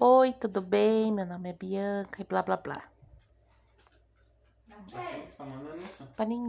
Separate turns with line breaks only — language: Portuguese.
Oi, tudo bem? Meu nome é Bianca e blá blá blá.
Pra quem que você tá mandando isso?
Pra ninguém.